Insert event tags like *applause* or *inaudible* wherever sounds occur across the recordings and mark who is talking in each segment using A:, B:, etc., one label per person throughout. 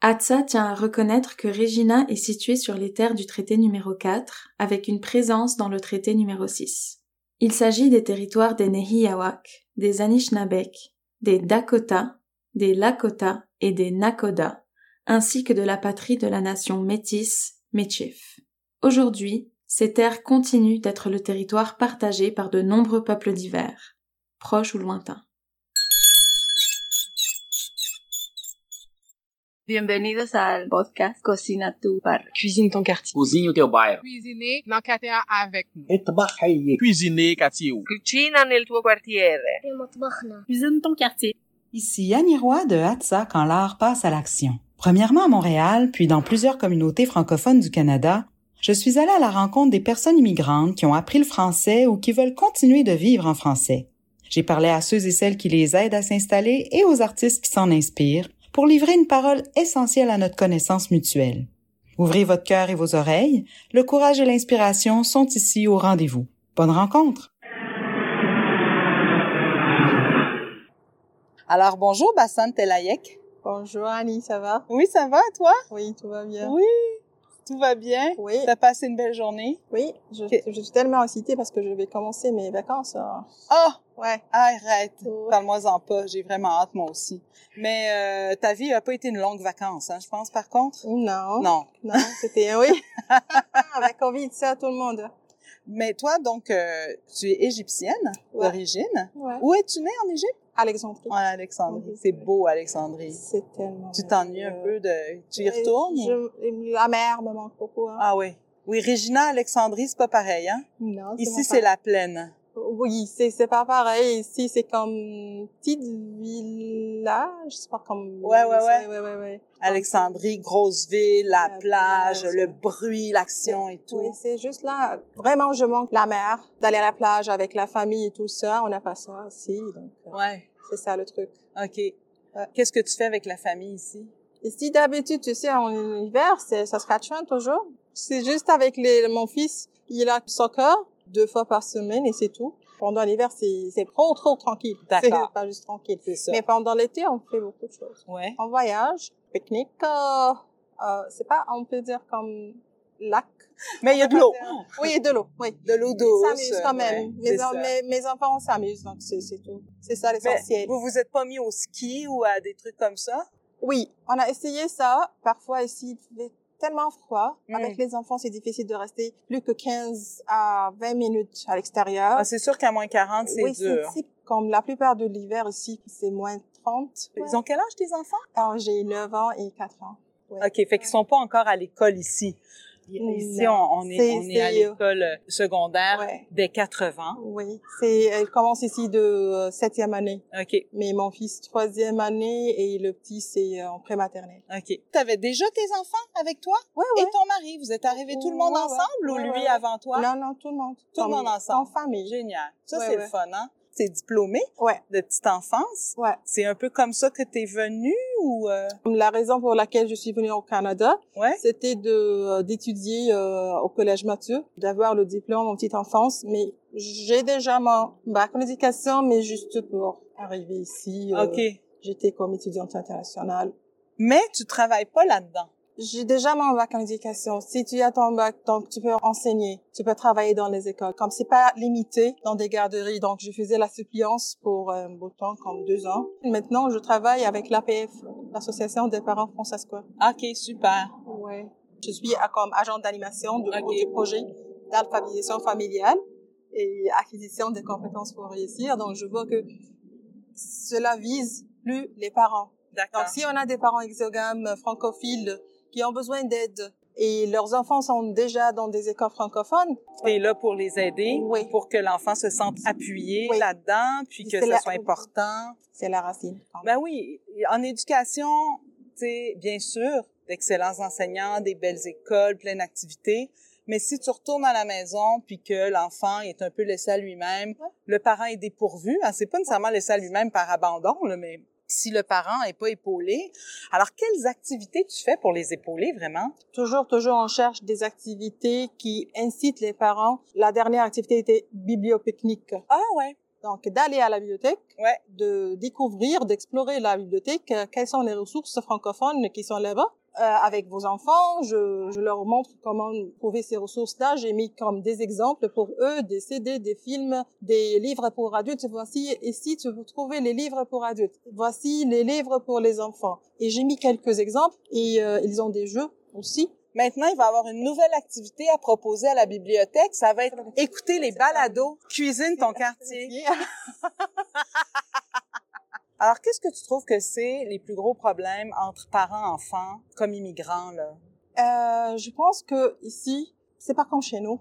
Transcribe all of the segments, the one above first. A: Atsa tient à reconnaître que Regina est située sur les terres du traité numéro 4, avec une présence dans le traité numéro 6. Il s'agit des territoires des Nehiyawak, des Anishinabek, des Dakota, des Lakota et des Nakoda, ainsi que de la patrie de la nation métisse, Méchif. Aujourd'hui, ces terres continuent d'être le territoire partagé par de nombreux peuples divers, proches ou lointains.
B: Bienvenidos al podcast Cocina tu par.
C: Cuisine ton quartier.
D: Cozinha o teu bairro.
E: Cuisiner dans quartier avec nous.
D: Cuisine quartier.
B: Cucina nel tuo quartiere.
F: Cuisine ton quartier.
G: Ici Annie Roy de Hatsa quand l'art passe à l'action. Premièrement à Montréal, puis dans plusieurs communautés francophones du Canada, je suis allée à la rencontre des personnes immigrantes qui ont appris le français ou qui veulent continuer de vivre en français. J'ai parlé à ceux et celles qui les aident à s'installer et aux artistes qui s'en inspirent pour livrer une parole essentielle à notre connaissance mutuelle. Ouvrez votre cœur et vos oreilles, le courage et l'inspiration sont ici au rendez-vous. Bonne rencontre!
C: Alors bonjour Bassane Telayek.
H: Bonjour Annie, ça va
C: Oui, ça va toi
H: Oui, tout va bien.
C: Oui. Tout va bien
H: Oui,
C: T'as passé une belle journée
H: oui, je,
C: Ok.
H: je suis tellement excitée parce que je vais commencer mes vacances. hein.
C: Oh,
H: Ouais.
C: arrête.
H: Ouais.
C: Parle-moi-en pas, j'ai vraiment hâte moi aussi. Mais euh, ta vie a pas été une longue vacance, hein, je pense par contre.
H: Non.
C: Non.
H: Non, c'était oui. *laughs* Avec Covid, ça, tout le monde.
C: Mais toi donc euh, tu es égyptienne
H: Ouais.
C: d'origine.
H: Ouais.
C: Où es-tu née en Égypte
H: Alexandrie.
C: En Alexandrie.
H: Oui.
C: C'est beau Alexandrie.
H: C'est tellement.
C: Tu t'ennuies un
H: merveilleux.
C: peu de tu y
H: Euh,
C: retournes ou-
H: je- La mer me manque beaucoup. hein.
C: Ah oui. Oui, Regina Alexandrie, c'est pas pareil hein.
H: Non,
C: Ici
H: pas
C: c'est la plaine.
H: pareil. Oui, c'est c'est pas pareil. Ici, c'est comme une petite village, c'est pas comme.
C: Ouais, ouais, ouais.
H: ouais, ouais, ouais.
C: Alexandrie, grosse ville, la,
H: La
C: plage,
H: plage.
C: le bruit, l'action et tout.
H: Oui, c'est juste là. Vraiment, je manque la mer, d'aller à la plage avec la famille et tout ça. On n'a pas ça ici, donc euh,
C: Ouais.
H: c'est ça le truc.
C: OK. Qu'est-ce que tu fais avec la famille ici?
H: Ici, d'habitude, tu sais, en hiver, c'est Saskatchewan toujours. C'est juste avec les, mon fils, il a soccer deux fois par semaine et c'est tout. Pendant l'hiver, c'est c'est trop, trop tranquille.
C: D'accord.
H: C'est pas juste tranquille.
C: C'est ça.
H: Mais pendant l'été, on fait beaucoup de choses.
C: Ouais.
H: On voyage, pique-nique, euh, euh, c'est pas, on peut dire comme lac.
C: Mais il y a de l'eau.
H: Oui, et de l'eau, oui.
C: Ah, De l'eau
H: On
C: douce.
H: s'amuse quand
C: Ouais,
H: même.
C: c'est
H: mes, en-
C: ça.
H: mes, mes enfants, on s'amuse, donc c'est c'est tout. C'est ça
C: Mais
H: l'essentiel.
C: vous vous êtes pas mis au ski ou à des trucs comme ça?
H: Oui, on a essayé ça. Parfois, ici, il fait tellement froid.
C: Mm.
H: Avec les enfants, c'est difficile de rester plus que 15 à 20 minutes à l'extérieur.
C: Ah, c'est sûr qu'à moins 40, c'est
H: oui,
C: dur.
H: c'est comme la plupart de l'hiver ici, c'est moins 30.
C: Ils ont quel âge, tes enfants?
H: Alors, j'ai 9 ans et 4 ans. Ouais.
C: OK, fait qu'ils sont pas encore à l'école ici. Ici, on,
H: Non.
C: on est,
H: C'est-
C: on est à
H: c'est-
C: l'école secondaire
H: Ouais.
C: dès 80.
H: Oui, c'est, elle commence ici de euh, septième année.
C: OK,
H: Mais mon fils, troisième année, et le petit, c'est euh, en prématernelle.
C: OK. T'avais déjà tes enfants avec toi?
H: Ouais,
C: Et ton mari, vous êtes arrivés tout le monde
H: Ouais, ouais.
C: ensemble ou
H: Ouais,
C: lui
H: ouais.
C: avant toi?
H: Non, non, tout le monde.
C: Tout le monde ensemble.
H: En famille.
C: Génial. Ça,
H: Ouais,
C: c'est le
H: ouais.
C: fun, hein? T'es diplômé
H: Ouais.
C: de petite enfance.
H: Ouais.
C: C'est un peu comme ça que t'es venu ou... euh,
H: La raison pour laquelle je suis venue au Canada,
C: Ouais.
H: c'était de d'étudier euh, au collège Mathieu, d'avoir le diplôme en petite enfance. Mais j'ai déjà mon bac en éducation, mais juste pour arriver ici, euh,
C: OK.
H: j'étais comme étudiante internationale.
C: Mais tu travailles pas là-dedans.
H: J'ai déjà mon bac en éducation. Si tu as ton bac, donc tu peux enseigner, tu peux travailler dans les écoles. Comme c'est pas limité dans des garderies, donc je faisais la suppliance pour euh, un beau temps, comme deux ans. Maintenant, je travaille avec l'APF, l'association des parents francescois.
C: OK, super.
H: Ouais. Je suis euh, comme agent d'animation de-
C: Ok.
H: du projet d'alphabétisation familiale et acquisition des compétences pour réussir. Donc, je vois que cela vise plus les parents.
C: D'accord.
H: Donc, si on a des parents exogames euh, francophiles qui ont besoin d'aide et leurs enfants sont déjà dans des écoles francophones,
C: T'es là pour les aider,
H: Oui.
C: pour que l'enfant se sente appuyé
H: Oui.
C: là-dedans, puis que
H: C'est
C: ça
H: la-
C: soit important.
H: c'est la racine.
C: Ben oui, en éducation, tu sais, bien sûr, d'excellents enseignants, des belles écoles, plein d'activités. Mais si tu retournes à la maison puis que l'enfant est un peu laissé à lui-même, le parent est dépourvu. hein, c'est pas nécessairement laissé à lui-même par abandon, là, mais si le parent est pas épaulé, alors quelles activités tu fais pour les épauler vraiment
H: Toujours, toujours, on cherche des activités qui incitent les parents. La dernière activité était bibliopicnique.
C: Ah ouais.
H: Donc, d'aller à la bibliothèque,
C: Ouais.
H: de découvrir, d'explorer la bibliothèque, euh, quelles sont les ressources francophones qui sont là-bas. Euh, avec vos enfants, je, je leur montre comment trouver ces ressources-là. J'ai mis comme des exemples pour eux, des CD, des films, des livres pour adultes. Voici ici, tu vous trouvez les livres pour adultes. Voici les livres pour les enfants. Et j'ai mis quelques exemples et euh, ils ont des jeux aussi.
C: Maintenant, il va y avoir une nouvelle activité à proposer à la bibliothèque. Ça va être écouter les balados. Cuisine ton quartier. Alors, qu'est-ce que tu trouves que c'est les plus gros problèmes entre parents-enfants comme immigrants, là?
H: *laughs* Euh, je pense que ici, c'est pas comme chez nous.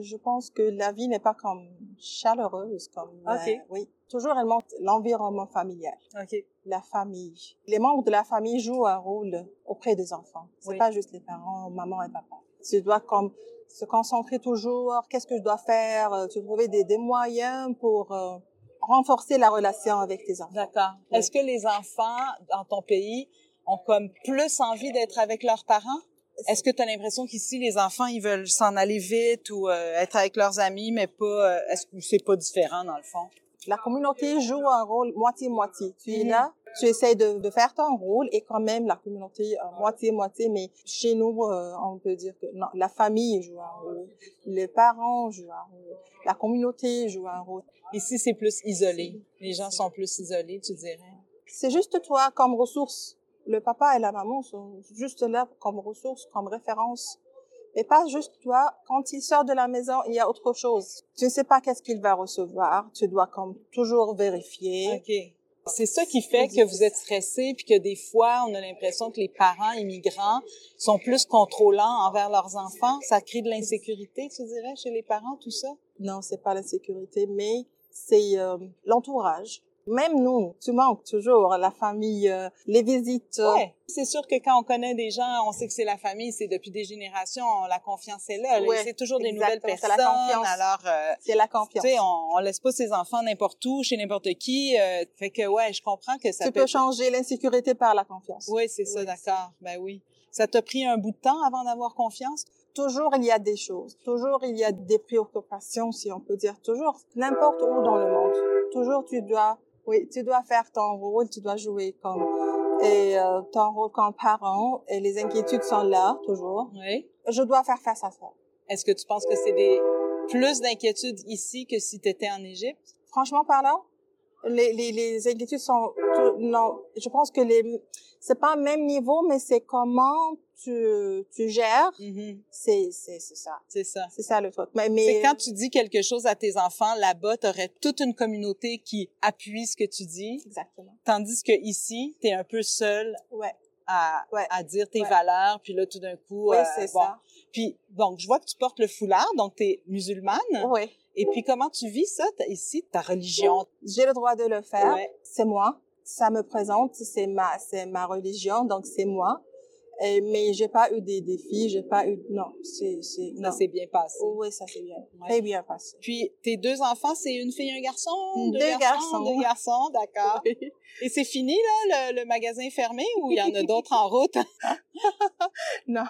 H: Je pense que la vie n'est pas comme chaleureuse, comme. euh,
C: Ok.
H: oui. Toujours, elle manque l'environnement familial,
C: OK.
H: la famille. Les membres de la famille jouent un rôle auprès des enfants. C'est
C: Oui.
H: pas juste les parents, maman et papa. Tu dois comme se concentrer toujours. Qu'est-ce que je dois faire Euh, Tu trouver des, des moyens pour euh, renforcer la relation avec tes enfants.
C: D'accord.
H: Oui.
C: Est-ce que les enfants dans ton pays ont comme plus envie d'être avec leurs parents? Est-ce que tu as l'impression qu'ici, les enfants, ils veulent s'en aller vite ou euh, être avec leurs amis, mais pas... euh, Est-ce que c'est pas différent, dans le fond?
H: La communauté joue un rôle moitié-moitié. Tu
C: Mhm.
H: es là, tu essaies de, de faire ton rôle et quand même la communauté euh, moitié-moitié, mais chez nous, euh, on peut dire que non, la famille joue un rôle, les parents jouent un rôle, la communauté joue un rôle.
C: Ici, c'est plus isolé. Les gens sont plus isolés, tu dirais.
H: C'est juste toi comme ressource. Le papa et la maman sont juste là comme ressource, comme référence. Et pas juste toi, quand il sort de la maison, il y a autre chose. Tu ne sais pas qu'est-ce qu'il va recevoir. Tu dois comme toujours vérifier.
C: OK. C'est ça qui fait que vous êtes stressé puis que des fois, on a l'impression que les parents immigrants sont plus contrôlants envers leurs enfants. Ça crée de l'insécurité, tu dirais, chez les parents, tout ça?
H: Non, c'est pas la sécurité, mais c'est euh, l'entourage. Même nous, tu manques toujours la famille, euh, les visites. euh,
C: Ouais. C'est sûr que quand on connaît des gens, on sait que c'est la famille, c'est depuis des générations, la confiance est là. là.
H: Ouais,
C: c'est toujours des
H: exactement,
C: nouvelles
H: c'est
C: personnes.
H: la confiance.
C: Alors, euh,
H: C'est la
C: tu
H: confiance.
C: sais, on, on laisse pas ses enfants n'importe où, chez n'importe qui. euh, fait que, ouais, je comprends que ça
H: tu
C: peut...
H: peux changer l'insécurité par la confiance.
C: Oui, c'est ça,
H: Oui,
C: d'accord. Ben oui. Ça t'a pris un bout de temps avant d'avoir confiance?
H: Toujours il y a des choses, toujours il y a des préoccupations, si on peut dire, toujours n'importe où dans le monde. Toujours tu dois, oui, tu dois faire ton rôle, tu dois jouer comme et euh, ton rôle comme parent. Et les inquiétudes sont là toujours.
C: Oui.
H: Je dois faire face à ça.
C: Est-ce que tu penses que c'est des plus d'inquiétudes ici que si tu étais en Égypte?
H: franchement parlant, les, les, les inquiétudes sont, tout- non, je pense que les, c'est pas un même niveau, mais c'est comment tu, tu gères, c'est, c'est, c'est ça.
C: C'est ça.
H: C'est ça le truc. Mais, mais
C: C'est quand tu dis quelque chose à tes enfants, là-bas, tu aurais toute une communauté qui appuie ce que tu dis,
H: Exactement.
C: tandis que ici, tu es un peu seul
H: Ouais.
C: à,
H: Ouais.
C: à dire tes
H: Ouais.
C: valeurs, puis là, tout d'un coup...
H: Oui,
C: euh,
H: c'est
C: bon.
H: ça.
C: Puis, donc, je vois que tu portes le foulard, donc tu es musulmane.
H: Oui.
C: Et puis, comment tu vis ça, t- ici, ta religion?
H: J'ai le droit de le faire.
C: Ouais.
H: C'est moi. Ça me présente. C'est ma, c'est ma religion, donc c'est moi. Et, mais j'ai pas eu des défis. J'ai pas eu, non, c'est, c'est, non.
C: Ça s'est bien passé.
H: Oui, ça c'est bien.
C: Ouais.
H: Très bien passé.
C: Puis tes deux enfants, c'est une fille et un garçon? Deux,
H: Deux
C: garçons.
H: garçons.
C: Deux garçons, d'accord.
H: *laughs*
C: Et c'est fini, là, le, le magasin est fermé ou il y en a d'autres en route? *laughs*
H: Non.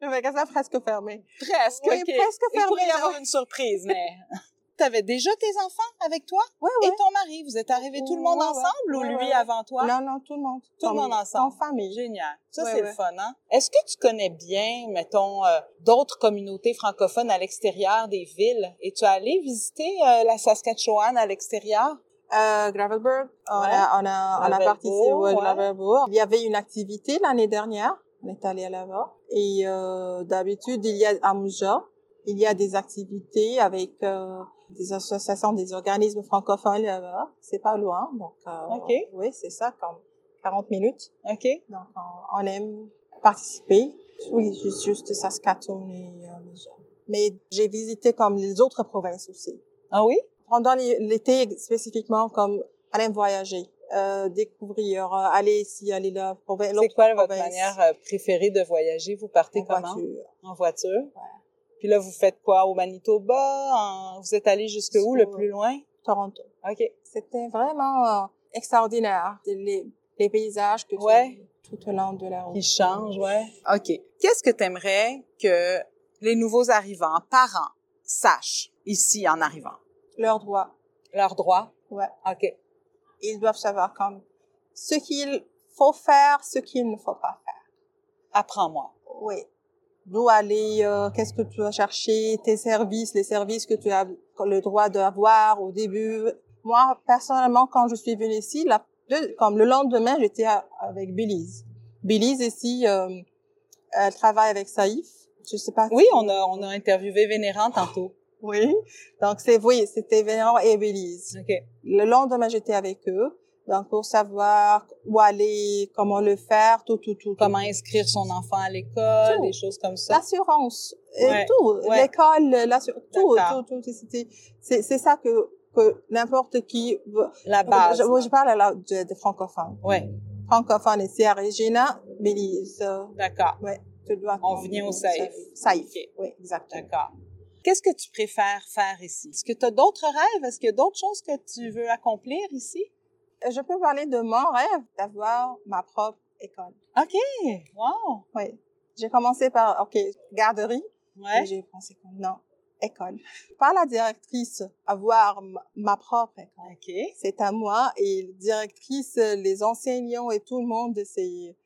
H: le magasin presque fermé.
C: presque,
H: Oui,
C: OK.
H: presque
C: Il pourrait y
H: fermé,
C: avoir
H: là.
C: une surprise, mais... *laughs* T'avais déjà tes enfants avec toi?
H: Oui, oui.
C: Et ton mari? Vous êtes arrivés tout le monde
H: Ouais, ouais.
C: ensemble ou
H: Ouais,
C: lui
H: ouais, ouais.
C: avant toi?
H: Non, non, tout le monde.
C: Tout le monde ensemble.
H: En famille.
C: Génial. Ça,
H: Ouais,
C: c'est le
H: ouais.
C: fun, hein? Est-ce que tu connais bien, mettons, euh, d'autres communautés francophones à l'extérieur des villes? Et tu es allé visiter euh, la Saskatchewan à l'extérieur?
H: Euh, Gravelburg, on,
C: Ouais.
H: a, on, a, on a
C: Gravelbourg,
H: participé au
C: ouais.
H: euh, Gravelbourg. Il y avait une activité l'année dernière. On est allé là-bas. Et euh, d'habitude, il y a à Mougja, il y a des activités avec euh, des associations, des organismes francophones là-bas. C'est pas loin. Donc, euh,
C: Ok.
H: oui, c'est ça, comme 40 minutes.
C: OK.
H: Donc, on, on aime participer. Oui, juste, juste Saskatoon et euh, Mougja. Mais j'ai visité comme les autres provinces aussi.
C: Ah oui?
H: pendant l'hi- l'été spécifiquement comme aller voyager euh, découvrir euh, aller ici aller là pour
C: C'est quoi votre manière euh, préférée de voyager? Vous partez
H: en
C: comment?
H: voiture
C: En voiture. Puis là, vous faites quoi? Au Manitoba? En- Vous êtes allé jusque où le
H: Sur-
C: plus loin?
H: Toronto
C: OK.
H: c'était vraiment euh, extraordinaire les, les paysages que tu-
C: Ouais.
H: tout au long de la route
C: Qui change, ouais. OK. Qu'est-ce que t'aimerais que les nouveaux arrivants, parents, sachent ici en arrivant?
H: leurs droits
C: Leurs droits?
H: Ouais.
C: OK.
H: Ils doivent savoir comme ce qu'il faut faire, ce qu'il ne faut pas faire.
C: Apprends-moi.
H: Oui. D'où aller, euh, qu'est-ce que tu vas chercher, tes services, les services que tu as le droit d'avoir au début. Moi, personnellement, quand je suis venue ici, la, deux- comme le lendemain, j'étais à- avec Belize. Belize ici, euh, elle travaille avec Saïf. Je sais pas.
C: Oui, on a, on a interviewé Vénérant tantôt.
H: Oui. Donc c'est oui, c'était Vénérant et Belize.
C: OK.
H: Le lendemain, j'étais avec eux. Donc pour savoir où aller, comment le faire, tout, tout, tout. tout.
C: Comment inscrire son enfant à l'école,
H: Tout.
C: des choses comme ça.
H: l'assurance et
C: Ouais,
H: tout
C: ouais.
H: l'école l'assurance tout,
C: D'accord.
H: tout tout c'était- c'est c'est ça que que n'importe qui veut.
C: La, base.
H: je, moi, je parle là de, de francophones
C: Oui,
H: francophones ici à Regina Belize euh,
C: d'accord.
H: tu dois
C: On vient au Saïf.
H: Saïf
C: Ok.
H: oui exactement
C: D'accord. Qu'est-ce que tu préfères faire ici? Est-ce que tu as d'autres rêves? Est-ce qu'il y a d'autres choses que tu veux accomplir ici?
H: je peux parler de mon rêve d'avoir ma propre école
C: Eh, Wow!
H: oui j'ai commencé par ok garderie
C: Ouais.
H: Et j'ai pensé que non, école. Par la directrice, avoir m- ma propre école.
C: OK.
H: C'est à moi et directrice, euh, les enseignants et tout le monde, c'est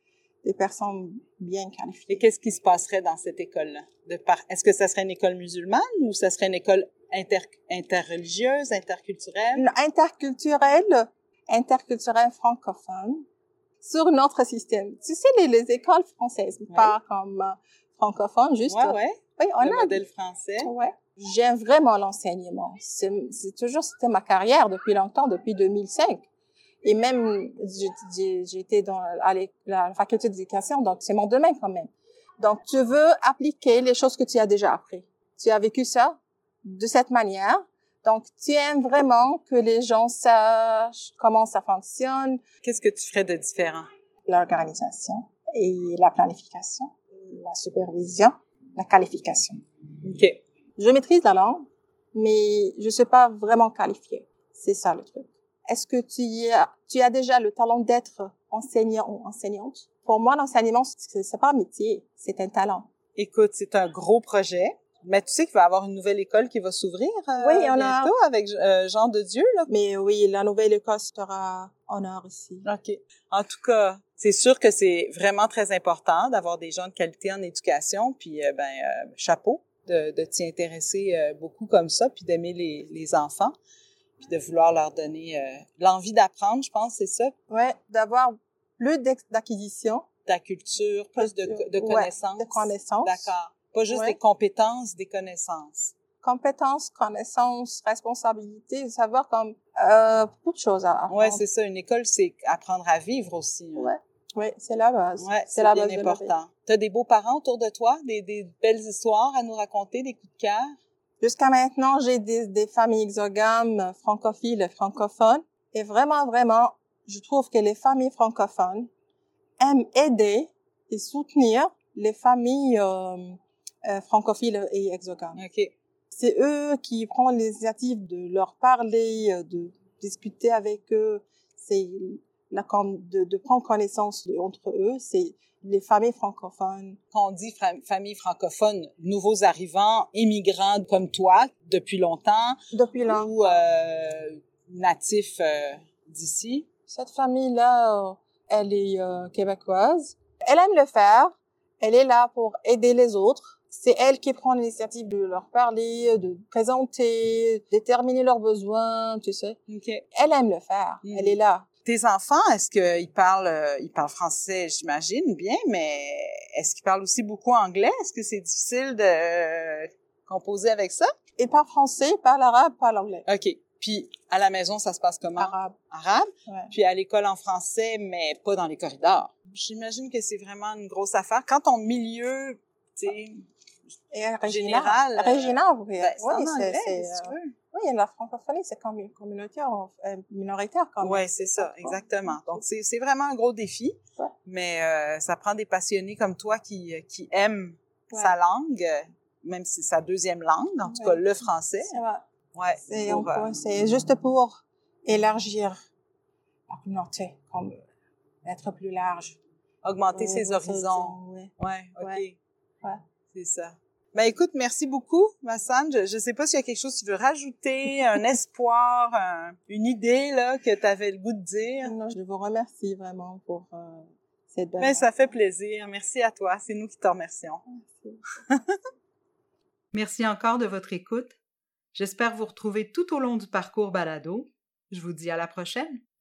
H: des personnes bien
C: Et
H: qualifiées.
C: qu'est-ce qui se passerait dans cette école-là? De par... Est-ce que ça serait une école musulmane ou ça serait une école inter... interreligieuse, interculturelle?
H: Interculturelle, interculturelle francophone, sur notre système. Tu sais, les, les écoles françaises,
C: Ouais.
H: pas comme euh, francophone, juste.
C: Ouais, ouais.
H: Oui, on
C: le
H: a Oh.
C: modèle français.
H: Ouais. J'aime vraiment l'enseignement. C'est c'est toujours, c'était ma carrière depuis longtemps, depuis 2005. Et même, j'ai- j'ai- j'étais dans à l'é- la faculté d'éducation, donc c'est mon domaine quand même. Donc, tu veux appliquer les choses que tu as déjà appris. Tu as vécu ça de cette manière. Donc, tu aimes vraiment que les gens sachent comment ça fonctionne,
C: Qu'est-ce que tu ferais de différent?
H: l'organisation et la planification, la supervision, la qualification.
C: OK.
H: Je maîtrise la langue, mais je ne suis pas vraiment qualifiée. C'est ça le truc. Est-ce que tu, y as, tu as déjà le talent d'être enseignant ou enseignante? Pour moi, l'enseignement, ce n'est pas un métier, c'est un talent.
C: Écoute, c'est un gros projet. Mais tu sais qu'il va y avoir une nouvelle école qui va s'ouvrir euh,
H: Oui, on a-
C: bientôt avec euh, Jean de Dieu. Là.
H: Mais oui, la nouvelle école sera en or ici.
C: OK. En tout cas, c'est sûr que c'est vraiment très important d'avoir des gens de qualité en éducation. Puis, euh, ben, euh, chapeau de, de t'y intéresser euh, beaucoup comme ça, puis d'aimer les, les enfants, puis de vouloir leur donner euh, l'envie d'apprendre, je pense, c'est ça,
H: Ouais, d'avoir plus d'ex- d'acquisition,
C: ta culture, plus de, de
H: Ouais,
C: connaissances.
H: de connaissances.
C: D'accord. Pas juste
H: Ouais.
C: des compétences, des connaissances.
H: Compétences, connaissances, responsabilités, savoir comme euh, beaucoup de choses à apprendre.
C: Ouais, c'est ça. Une école, c'est apprendre à vivre aussi. hein.
H: Ouais, ouais, c'est la base.
C: Ouais, c'est
H: la
C: bien
H: base de la vie.
C: important. T'as des beaux parents autour de toi, des, des belles histoires à nous raconter, des coups de cœur.
H: Jusqu'à maintenant, j'ai des, des familles exogames francophiles et francophones. Et vraiment, vraiment, je trouve que les familles francophones aiment aider et soutenir les familles euh, euh, francophiles et exogames.
C: OK.
H: C'est eux qui prennent l'initiative de leur parler, euh, de discuter avec eux. C'est la com- de, de prendre connaissance de- entre eux. C'est les familles francophones.
C: Quand on dit fra- famille francophone, nouveaux arrivants, immigrants comme toi depuis longtemps
H: Depuis là,
C: ou euh, natifs euh, d'ici.
H: Cette famille-là, euh, elle est euh, québécoise. Elle aime le faire. Elle est là pour aider les autres. C'est elle qui prend l'initiative de leur parler, de présenter, déterminer leurs besoins, tu sais.
C: OK.
H: Elle aime le faire.
C: Mhm.
H: Elle est là.
C: Tes enfants, est-ce qu'ils parlent, euh, ils parlent français, j'imagine, bien, mais est-ce qu'ils parlent aussi beaucoup anglais? Est-ce que c'est difficile de euh, composer avec ça?
H: Et parle français, parle arabe, parle anglais.
C: OK. Puis, à la maison, ça se passe comment?
H: Arabe.
C: arabe,
H: Ouais.
C: puis à l'école en français, mais pas dans les corridors. J'imagine que c'est vraiment une grosse affaire. Quand ton milieu, tu sais,
H: Et Régina.
C: Général, euh,
H: Régina, oui.
C: Ah, ben, c'est
H: oui,
C: en
H: c'est,
C: anglais,
H: c'est,
C: si
H: euh,
C: tu veux.
H: oui, la francophonie, c'est comme une communauté euh, minoritaire quand même.
C: Ouais, c'est ça, exactement. Donc, c'est c'est vraiment un gros défi,
H: Ouais.
C: mais euh, ça prend des passionnés comme toi qui, euh, qui aiment
H: Ouais.
C: sa langue, euh, même si c'est sa deuxième langue, en tout
H: Ouais.
C: cas le français.
H: C'est vrai.
C: Ouais,
H: C'est
C: pour, euh,
H: encore- c'est juste pour élargir la communauté, comme être plus large.
C: augmenter ses
H: Ouais,
C: horizons.
H: ouais.
C: Ouais, OK.
H: Ouais. Ouais.
C: C'est ça. Ben écoute, merci beaucoup, Massan. Je ne sais pas s'il y a quelque chose que tu veux *laughs* rajouter, un espoir, un- une idée là que tu avais le goût de dire.
H: Non, je vous remercie vraiment pour euh, cette belle.
C: Ben, ça fait plaisir. Merci à toi. C'est nous qui te remercions. *laughs*
G: Merci encore de votre écoute. J'espère vous retrouver tout au long du parcours balado. Je vous dis à la prochaine.